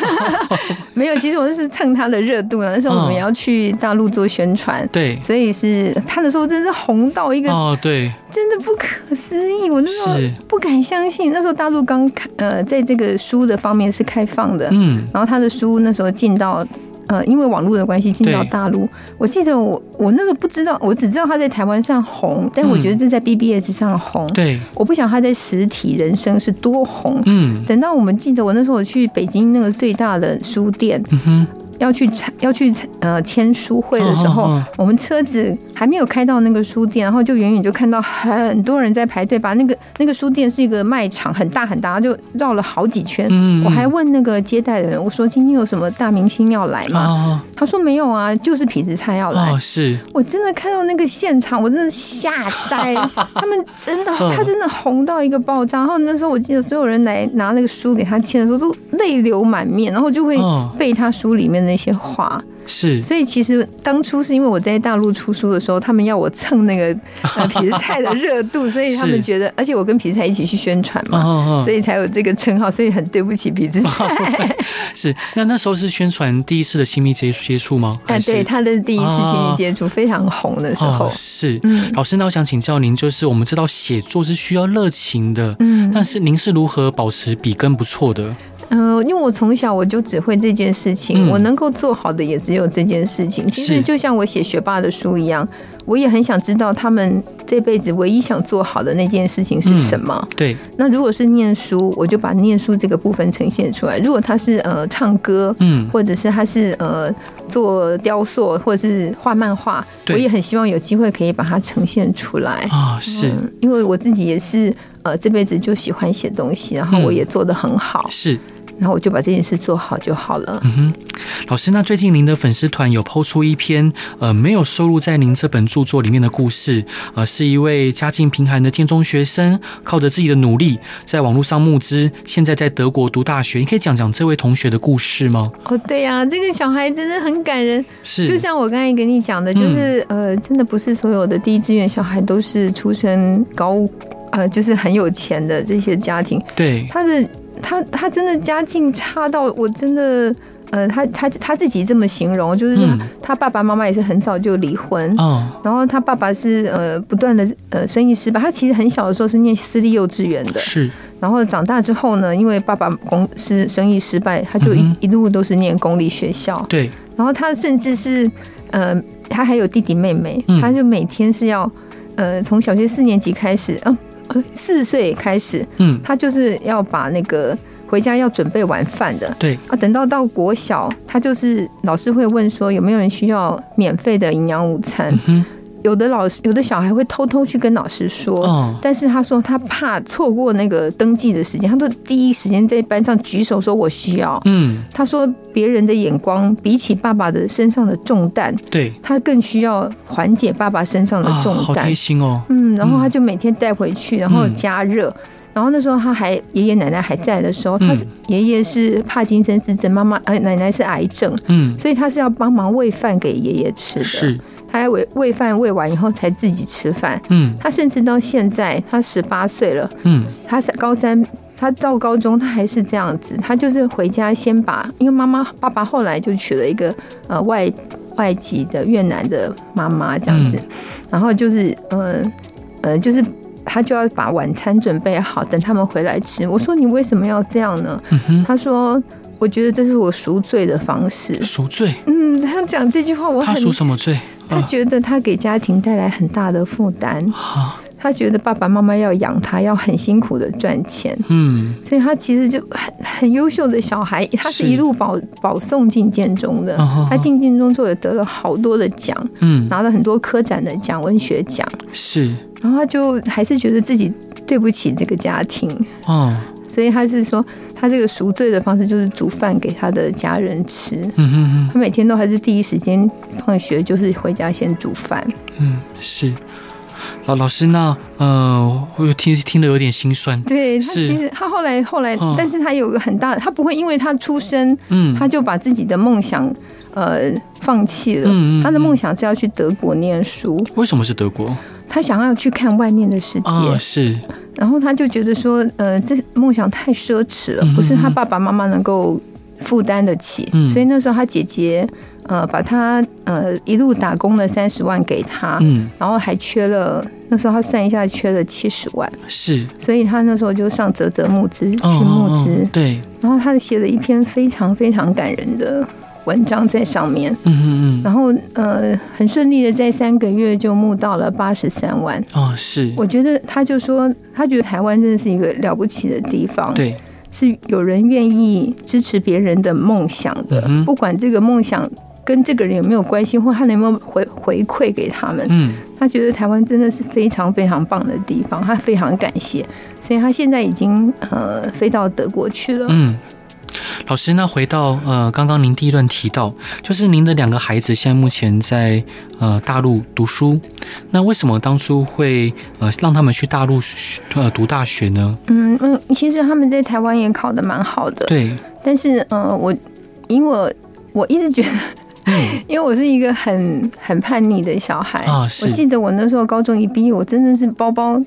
Speaker 2: 没有，其实我是蹭他的热度了。那时候我们
Speaker 1: 嗯
Speaker 2: 也要去大陆做宣传，
Speaker 1: 对，
Speaker 2: 所以是他的时候真是红到一个
Speaker 1: 哦，对，
Speaker 2: 真的不可思议，我那时候
Speaker 1: 是
Speaker 2: 不敢相信。那时候大陆刚开，呃，在这个书的方面是开放的，
Speaker 1: 嗯，
Speaker 2: 然后他的书那时候进到。呃，因为网络的关系进到
Speaker 1: 对
Speaker 2: 大陆，我记得我我那时候不知道，我只知道他在台湾上红，但我觉得这在 BBS 上红，
Speaker 1: 嗯对，
Speaker 2: 我不想他在实体人生是多红。
Speaker 1: 嗯，
Speaker 2: 等到我们记得我那时候我去北京那个最大的书店，
Speaker 1: 嗯哼，
Speaker 2: 要去参要去呃签书会的时候，
Speaker 1: 嗯嗯嗯
Speaker 2: 我们车子还没有开到那个书店，然后就远远就看到很多人在排队，把那个那个书店是一个卖场，很大很大，就绕了好几圈。
Speaker 1: 嗯，
Speaker 2: 我还问那个接待的人，我说今天有什么大明星要来吗？
Speaker 1: 啊，
Speaker 2: 他说没有啊，就是痞子蔡要来。
Speaker 1: 哦，是，
Speaker 2: 我真的看到那个现场，我真的吓呆。 他们真的，
Speaker 1: 嗯
Speaker 2: 他真的红到一个爆炸。然后那时候我记得所有人来拿那个书给他签的时候，都泪流满面，然后就会
Speaker 1: 嗯
Speaker 2: 背他书里面那些话。
Speaker 1: 是，
Speaker 2: 所以其实当初是因为我在大陆出书的时候，他们要我蹭那个呃痞子蔡的热 度，所以他们
Speaker 1: 是
Speaker 2: 觉得，而且我跟痞子蔡一起去宣传
Speaker 1: 哦
Speaker 2: 嘛，
Speaker 1: 哦，
Speaker 2: 所以才有这个称号，所以很对不起痞子蔡。
Speaker 1: 是。那那时候是宣传第一次的亲密接接触吗？
Speaker 2: 哎，
Speaker 1: 还是
Speaker 2: 对，他的第一次亲
Speaker 1: 哦
Speaker 2: 密接触非常红的时候
Speaker 1: 哦，，是。
Speaker 2: 嗯
Speaker 1: 老师，那我想请教您，就是我们知道写作是需要热情的，
Speaker 2: 嗯。
Speaker 1: 但是您是如何保持笔耕不辍的？
Speaker 2: 嗯、因为我从小我就只会这件事情，
Speaker 1: 嗯
Speaker 2: 我能够做好的也只有这件事情。其
Speaker 1: 是
Speaker 2: 实就像我写学霸的书一样，我也很想知道他们这辈子唯一想做好的那件事情是
Speaker 1: 嗯
Speaker 2: 什么。
Speaker 1: 对，
Speaker 2: 那如果是念书，我就把念书这个部分呈现出来；如果他是呃唱歌，
Speaker 1: 嗯，
Speaker 2: 或者是他是呃做雕塑，或者是画漫画，我
Speaker 1: 对
Speaker 2: 也很希望有机会可以把它呈现出来。
Speaker 1: 啊、是、
Speaker 2: 嗯，因为我自己也是呃这辈子就喜欢写东西，然后
Speaker 1: 嗯
Speaker 2: 我也做得很好，
Speaker 1: 是，
Speaker 2: 然后我就把这件事做好就好了。
Speaker 1: 嗯哼。老师，那最近您的粉丝团有抛出一篇呃没有收录在您这本著作里面的故事，呃，是一位家境贫寒的建中学生，靠着自己的努力在网络上募资，现在在德国读大学。你可以讲讲这位同学的故事吗？
Speaker 2: 哦，对呀、这个小孩真的很感人，
Speaker 1: 是，嗯
Speaker 2: 就像我刚才跟你讲的，就是、呃，真的不是所有的第一志愿小孩都是出身高，呃，就是很有钱的这些家庭，
Speaker 1: 对，
Speaker 2: 他的他他真的家境差到我真的。呃，他他他自己这么形容，就是
Speaker 1: 嗯
Speaker 2: 他嗯爸爸妈妈也是很早就离婚，
Speaker 1: 哦，
Speaker 2: 然后他爸爸是呃不断的呃生意失败，他其实很小的时候是念私立幼稚园的，
Speaker 1: 是，
Speaker 2: 然后长大之后呢，因为爸爸公司生意失败，他就一、
Speaker 1: 嗯哼
Speaker 2: 一路都是念公立学校，
Speaker 1: 对，
Speaker 2: 然后他甚至是，呃，他还有弟弟妹妹，
Speaker 1: 嗯
Speaker 2: 他就每天是要，呃，从小学四年级开始，嗯、呃，四岁开始，
Speaker 1: 嗯，
Speaker 2: 他就是要把那个回家要准备晚饭的。
Speaker 1: 对，
Speaker 2: 啊，等到到国小，他就是老师会问说有没有人需要免费的营养午餐
Speaker 1: 嗯，哼，
Speaker 2: 有的老师有的小孩会偷偷去跟老师说，
Speaker 1: 哦，
Speaker 2: 但是他说他怕错过那个登记的时间，他都第一时间在班上举手说我需要，
Speaker 1: 嗯，
Speaker 2: 他说别人的眼光比起爸爸的身上的重担，
Speaker 1: 对，
Speaker 2: 他更需要缓解爸爸身上的
Speaker 1: 啊，
Speaker 2: 重
Speaker 1: 好
Speaker 2: 担。
Speaker 1: 贴心哦，
Speaker 2: 嗯，然后他就每天带回去，然
Speaker 1: 嗯
Speaker 2: 后加热。然后那时候他还爷爷奶奶还在的时候，他是
Speaker 1: 嗯
Speaker 2: 爷爷是帕金森氏症，妈妈呃奶奶是癌症，
Speaker 1: 嗯，
Speaker 2: 所以他是要帮忙喂饭给爷爷吃的。，
Speaker 1: 是，
Speaker 2: 他还喂喂饭喂完以后才自己吃饭。
Speaker 1: 嗯
Speaker 2: 他甚至到现在，他十八岁了，
Speaker 1: 嗯，
Speaker 2: 他在高三，他到高中，他还是这样子，他就是回家先把，因为妈妈爸爸后来就娶了一个呃外外籍的越南的妈妈这样子，
Speaker 1: 嗯
Speaker 2: 然后就是呃呃，就是他就要把晚餐准备好，等他们回来吃。我说你为什么要这样呢？
Speaker 1: 嗯哼，
Speaker 2: 他说我觉得这是我赎罪的方式。
Speaker 1: 赎罪，
Speaker 2: 嗯，他讲这句话我
Speaker 1: 他
Speaker 2: 很，
Speaker 1: 赎什么罪？
Speaker 2: 他觉得他给家庭带来很大的负担，
Speaker 1: 啊，
Speaker 2: 他觉得爸爸妈妈要养他，要很辛苦的赚钱。
Speaker 1: 嗯，
Speaker 2: 所以他其实就很很优秀的小孩，他是
Speaker 1: 是
Speaker 2: 一路保保送进建中的
Speaker 1: 哦哦哦。
Speaker 2: 呃他进建中之后也得了好多的奖，
Speaker 1: 嗯，
Speaker 2: 拿了很多科展的奖、文学奖，
Speaker 1: 是，
Speaker 2: 然后他就还是觉得自己对不起这个家庭，
Speaker 1: 哦，
Speaker 2: 所以他是说他这个赎罪的方式就是煮饭给他的家人吃。
Speaker 1: 嗯哼
Speaker 2: 他每天都还是第一时间放学就是回家先煮饭。
Speaker 1: 哼，嗯，是。老老师，那呃，我听听得有点心酸，
Speaker 2: 对他
Speaker 1: 是
Speaker 2: 其实他后来后来
Speaker 1: 嗯，
Speaker 2: 但是他有个很大，他不会因为他出生
Speaker 1: 嗯，
Speaker 2: 他就把自己的梦想呃放弃了。
Speaker 1: 嗯嗯嗯
Speaker 2: 他的梦想是要去德国念书，
Speaker 1: 为什么是德国？
Speaker 2: 他想要去看外面的世界，
Speaker 1: 啊，是，
Speaker 2: 然后他就觉得说，呃，这梦想太奢侈
Speaker 1: 嗯嗯
Speaker 2: 了
Speaker 1: 嗯，
Speaker 2: 不是他爸爸妈妈能够负担得起，
Speaker 1: 嗯
Speaker 2: 所以那时候他姐姐呃把他呃一路打工了三十万给他，
Speaker 1: 嗯，
Speaker 2: 然后还缺了那时候他算一下缺了七十万，
Speaker 1: 是，
Speaker 2: 所以他那时候就上泽泽募资去
Speaker 1: 哦
Speaker 2: 募资，
Speaker 1: 哦哦对，
Speaker 2: 然后他写了一篇非常非常感人的文章在上面。
Speaker 1: 嗯嗯嗯，
Speaker 2: 然后呃，很顺利的在三个月就募到了八十三万。
Speaker 1: 哦，是，
Speaker 2: 我觉得他就说，他觉得台湾真的是一个了不起的地方，，
Speaker 1: 对，
Speaker 2: 是有人愿意支持别人的梦想的，
Speaker 1: 嗯哼
Speaker 2: 不管这个梦想跟这个人有没有关系，或他有没有回回馈给他们，
Speaker 1: 嗯，
Speaker 2: 他觉得台湾真的是非常非常棒的地方，他非常感谢，所以他现在已经呃飞到德国去了。
Speaker 1: 嗯，老师，那回到呃，刚刚您第一段提到，就是您的两个孩子现在目前在呃大陆读书，那为什么当初会呃让他们去大陆学呃读大学呢？
Speaker 2: 嗯嗯，其实他们在台湾也考得蛮好的，
Speaker 1: 对，
Speaker 2: 但是呃，我因为我我一直觉得，
Speaker 1: 嗯
Speaker 2: 因为我是一个很很叛逆的小孩
Speaker 1: 啊是
Speaker 2: 我记得我那时候高中一毕业，我真的是包包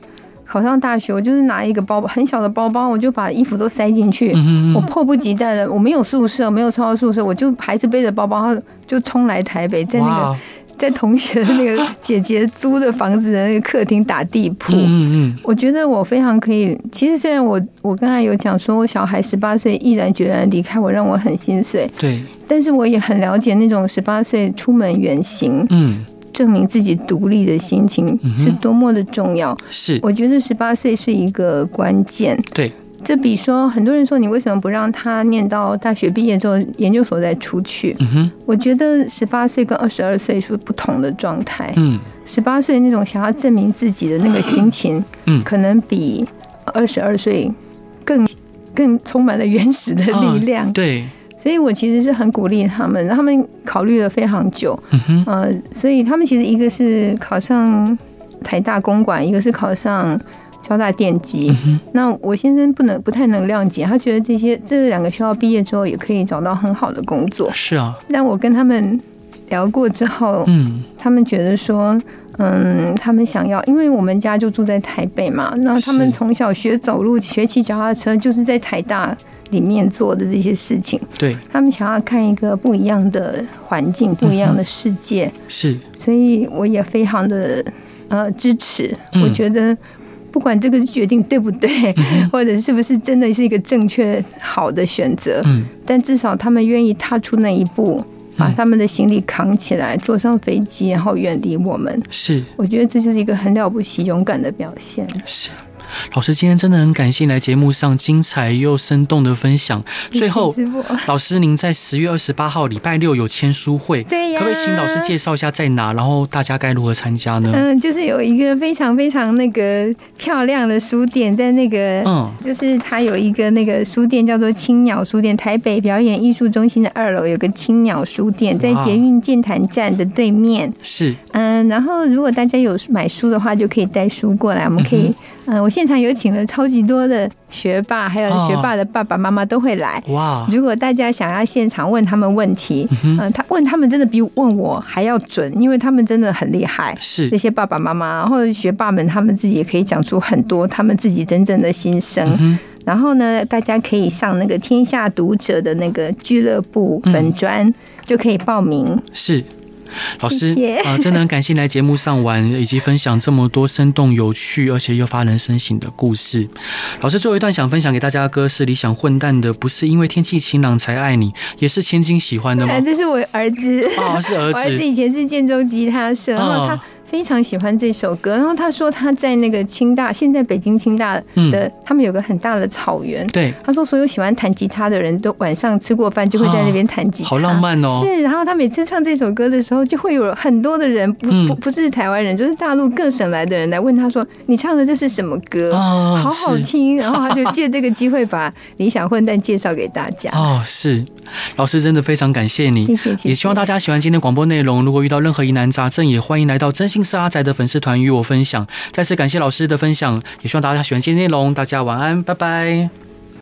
Speaker 2: 考上大学，我就是拿一个包包很小的包包，我就把衣服都塞进去。
Speaker 1: 嗯
Speaker 2: 我
Speaker 1: 哼，
Speaker 2: 迫不及待的，我没有宿舍，没有抽到宿舍，我就还是背着包包，然后就冲来台北， 在那个
Speaker 1: 哇，哦
Speaker 2: 在同学的那个 姐姐租的房子的那个客厅打地铺。
Speaker 1: 嗯嗯
Speaker 2: 我觉得我非常可以。其实虽然我我刚才有讲说，我小孩十八岁毅然决然离开我，让我很心碎
Speaker 1: 嗯，。对，
Speaker 2: 但是我也很了解那种十八岁出门远行，
Speaker 1: 嗯
Speaker 2: 证明自己独立的心情
Speaker 1: 嗯哼
Speaker 2: 是多么的重要。
Speaker 1: 是，
Speaker 2: 我觉得十八岁是一个关键。
Speaker 1: 对，
Speaker 2: 这比说很多人说你为什么不让他念到大学毕业之后研究所再出去？
Speaker 1: 嗯哼，
Speaker 2: 我觉得十八岁跟二十二岁是不同的状态。
Speaker 1: 嗯
Speaker 2: 十八岁那种想要证明自己的那个心情，
Speaker 1: 嗯
Speaker 2: 可能比二十二岁更更充满了原始的力量。
Speaker 1: 啊对，
Speaker 2: 所以我其实是很鼓励他们，他们考虑了非常久，
Speaker 1: 嗯哼，
Speaker 2: 呃，所以他们其实一个是考上台大公馆，一个是考上。交大电
Speaker 1: 嗯
Speaker 2: 机，那我先生不能不太能谅解，他觉得这些这两个学校毕业之后也可以找到很好的工作。
Speaker 1: 是啊，
Speaker 2: 但我跟他们聊过之后，
Speaker 1: 嗯
Speaker 2: 他们觉得说，嗯，他们想要，因为我们家就住在台北嘛，那他们
Speaker 1: 是
Speaker 2: 从小学走路、学骑脚踏车，就是在台大里面做的这些事情。
Speaker 1: 对，
Speaker 2: 他们想要看一个不一样的环境、不一样的世界，
Speaker 1: 是，
Speaker 2: 所以我也非常的呃支持。
Speaker 1: 嗯
Speaker 2: 我觉得。不管这个决定对不对， 或者是不是真的是一个正确好的选择，
Speaker 1: 嗯
Speaker 2: 但至少他们愿意踏出那一步，把他们的行李扛起来，坐上飞机，然后远离我们。
Speaker 1: 是。
Speaker 2: 我觉得这就是一个很了不起、勇敢的表现。
Speaker 1: 是，老师今天真的很感谢你来节目上精彩又生动的分享。最后，
Speaker 2: 谢谢 直播
Speaker 1: 老师您在十月二十八号礼拜六有签书会，
Speaker 2: 对呀
Speaker 1: 可不可以请老师介绍一下在哪，然后大家该如何参加呢？
Speaker 2: 嗯，就是有一个非常非常那个漂亮的书店，在那个。
Speaker 1: 嗯，
Speaker 2: 就是它有一个那个书店叫做青鸟书店，台北表演艺术中心的二楼有个青鸟书店，在
Speaker 1: 哇
Speaker 2: 捷运健谈站的对面。
Speaker 1: 是
Speaker 2: 嗯，然后如果大家有买书的话，就可以带书过来。我们可以，嗯，我现场有请了超级多的学霸，还有
Speaker 1: 哦
Speaker 2: 学霸的爸爸妈妈都会来。
Speaker 1: 哇，
Speaker 2: 如果大家想要现场问他们问题，嗯、他问他们真的比问我还要准，因为他们真的很厉害。
Speaker 1: 是
Speaker 2: 那些爸爸妈妈或者学霸们，他们自己也可以讲出很多他们自己真正的心声。
Speaker 1: 嗯
Speaker 2: 然后呢，大家可以上那个
Speaker 1: 嗯
Speaker 2: 天下读者的那个俱乐部粉砖，就可以报名。
Speaker 1: 是，老师
Speaker 2: 谢谢
Speaker 1: 啊、真的很感谢你来节目上玩，以及分享这么多生动有趣而且又发人深省的故事。老师最后一段想分享给大家的歌是《理想混蛋的》，不是因为天气晴朗才爱你，也是千金喜欢的吗
Speaker 2: 哎，？这是我儿子，
Speaker 1: 哦，是儿
Speaker 2: 我儿子
Speaker 1: 子。
Speaker 2: 以前是建州吉他社，然后
Speaker 1: 哦
Speaker 2: 他非常喜欢这首歌，然后他说他在那个清大，现在北京清大的，
Speaker 1: 嗯
Speaker 2: 他们有个很大的草原，
Speaker 1: 对，
Speaker 2: 他说所有喜欢弹吉他的人都晚上吃过饭就会在那边弹吉他，
Speaker 1: 啊好浪。漫哦。
Speaker 2: 是，然后他每次唱这首歌的时候，就会有很多的人，不
Speaker 1: 嗯
Speaker 2: 不不是台湾人，就是大陆各省来的人来问他说：“你唱的这是什么歌？
Speaker 1: 哦
Speaker 2: 好好
Speaker 1: 是
Speaker 2: 听。”然后他就借这个机会把《理想混蛋》介绍给大家。
Speaker 1: 哦，是，老师真的非常感谢你，
Speaker 2: 谢谢谢谢
Speaker 1: 也希望大家喜欢今天广播内容。如果遇到任何疑难杂症，也欢迎来到真心是阿宅的粉丝团与我分享。再次感谢老师的分享，也希望大家喜欢今天内容。大家晚安，拜拜。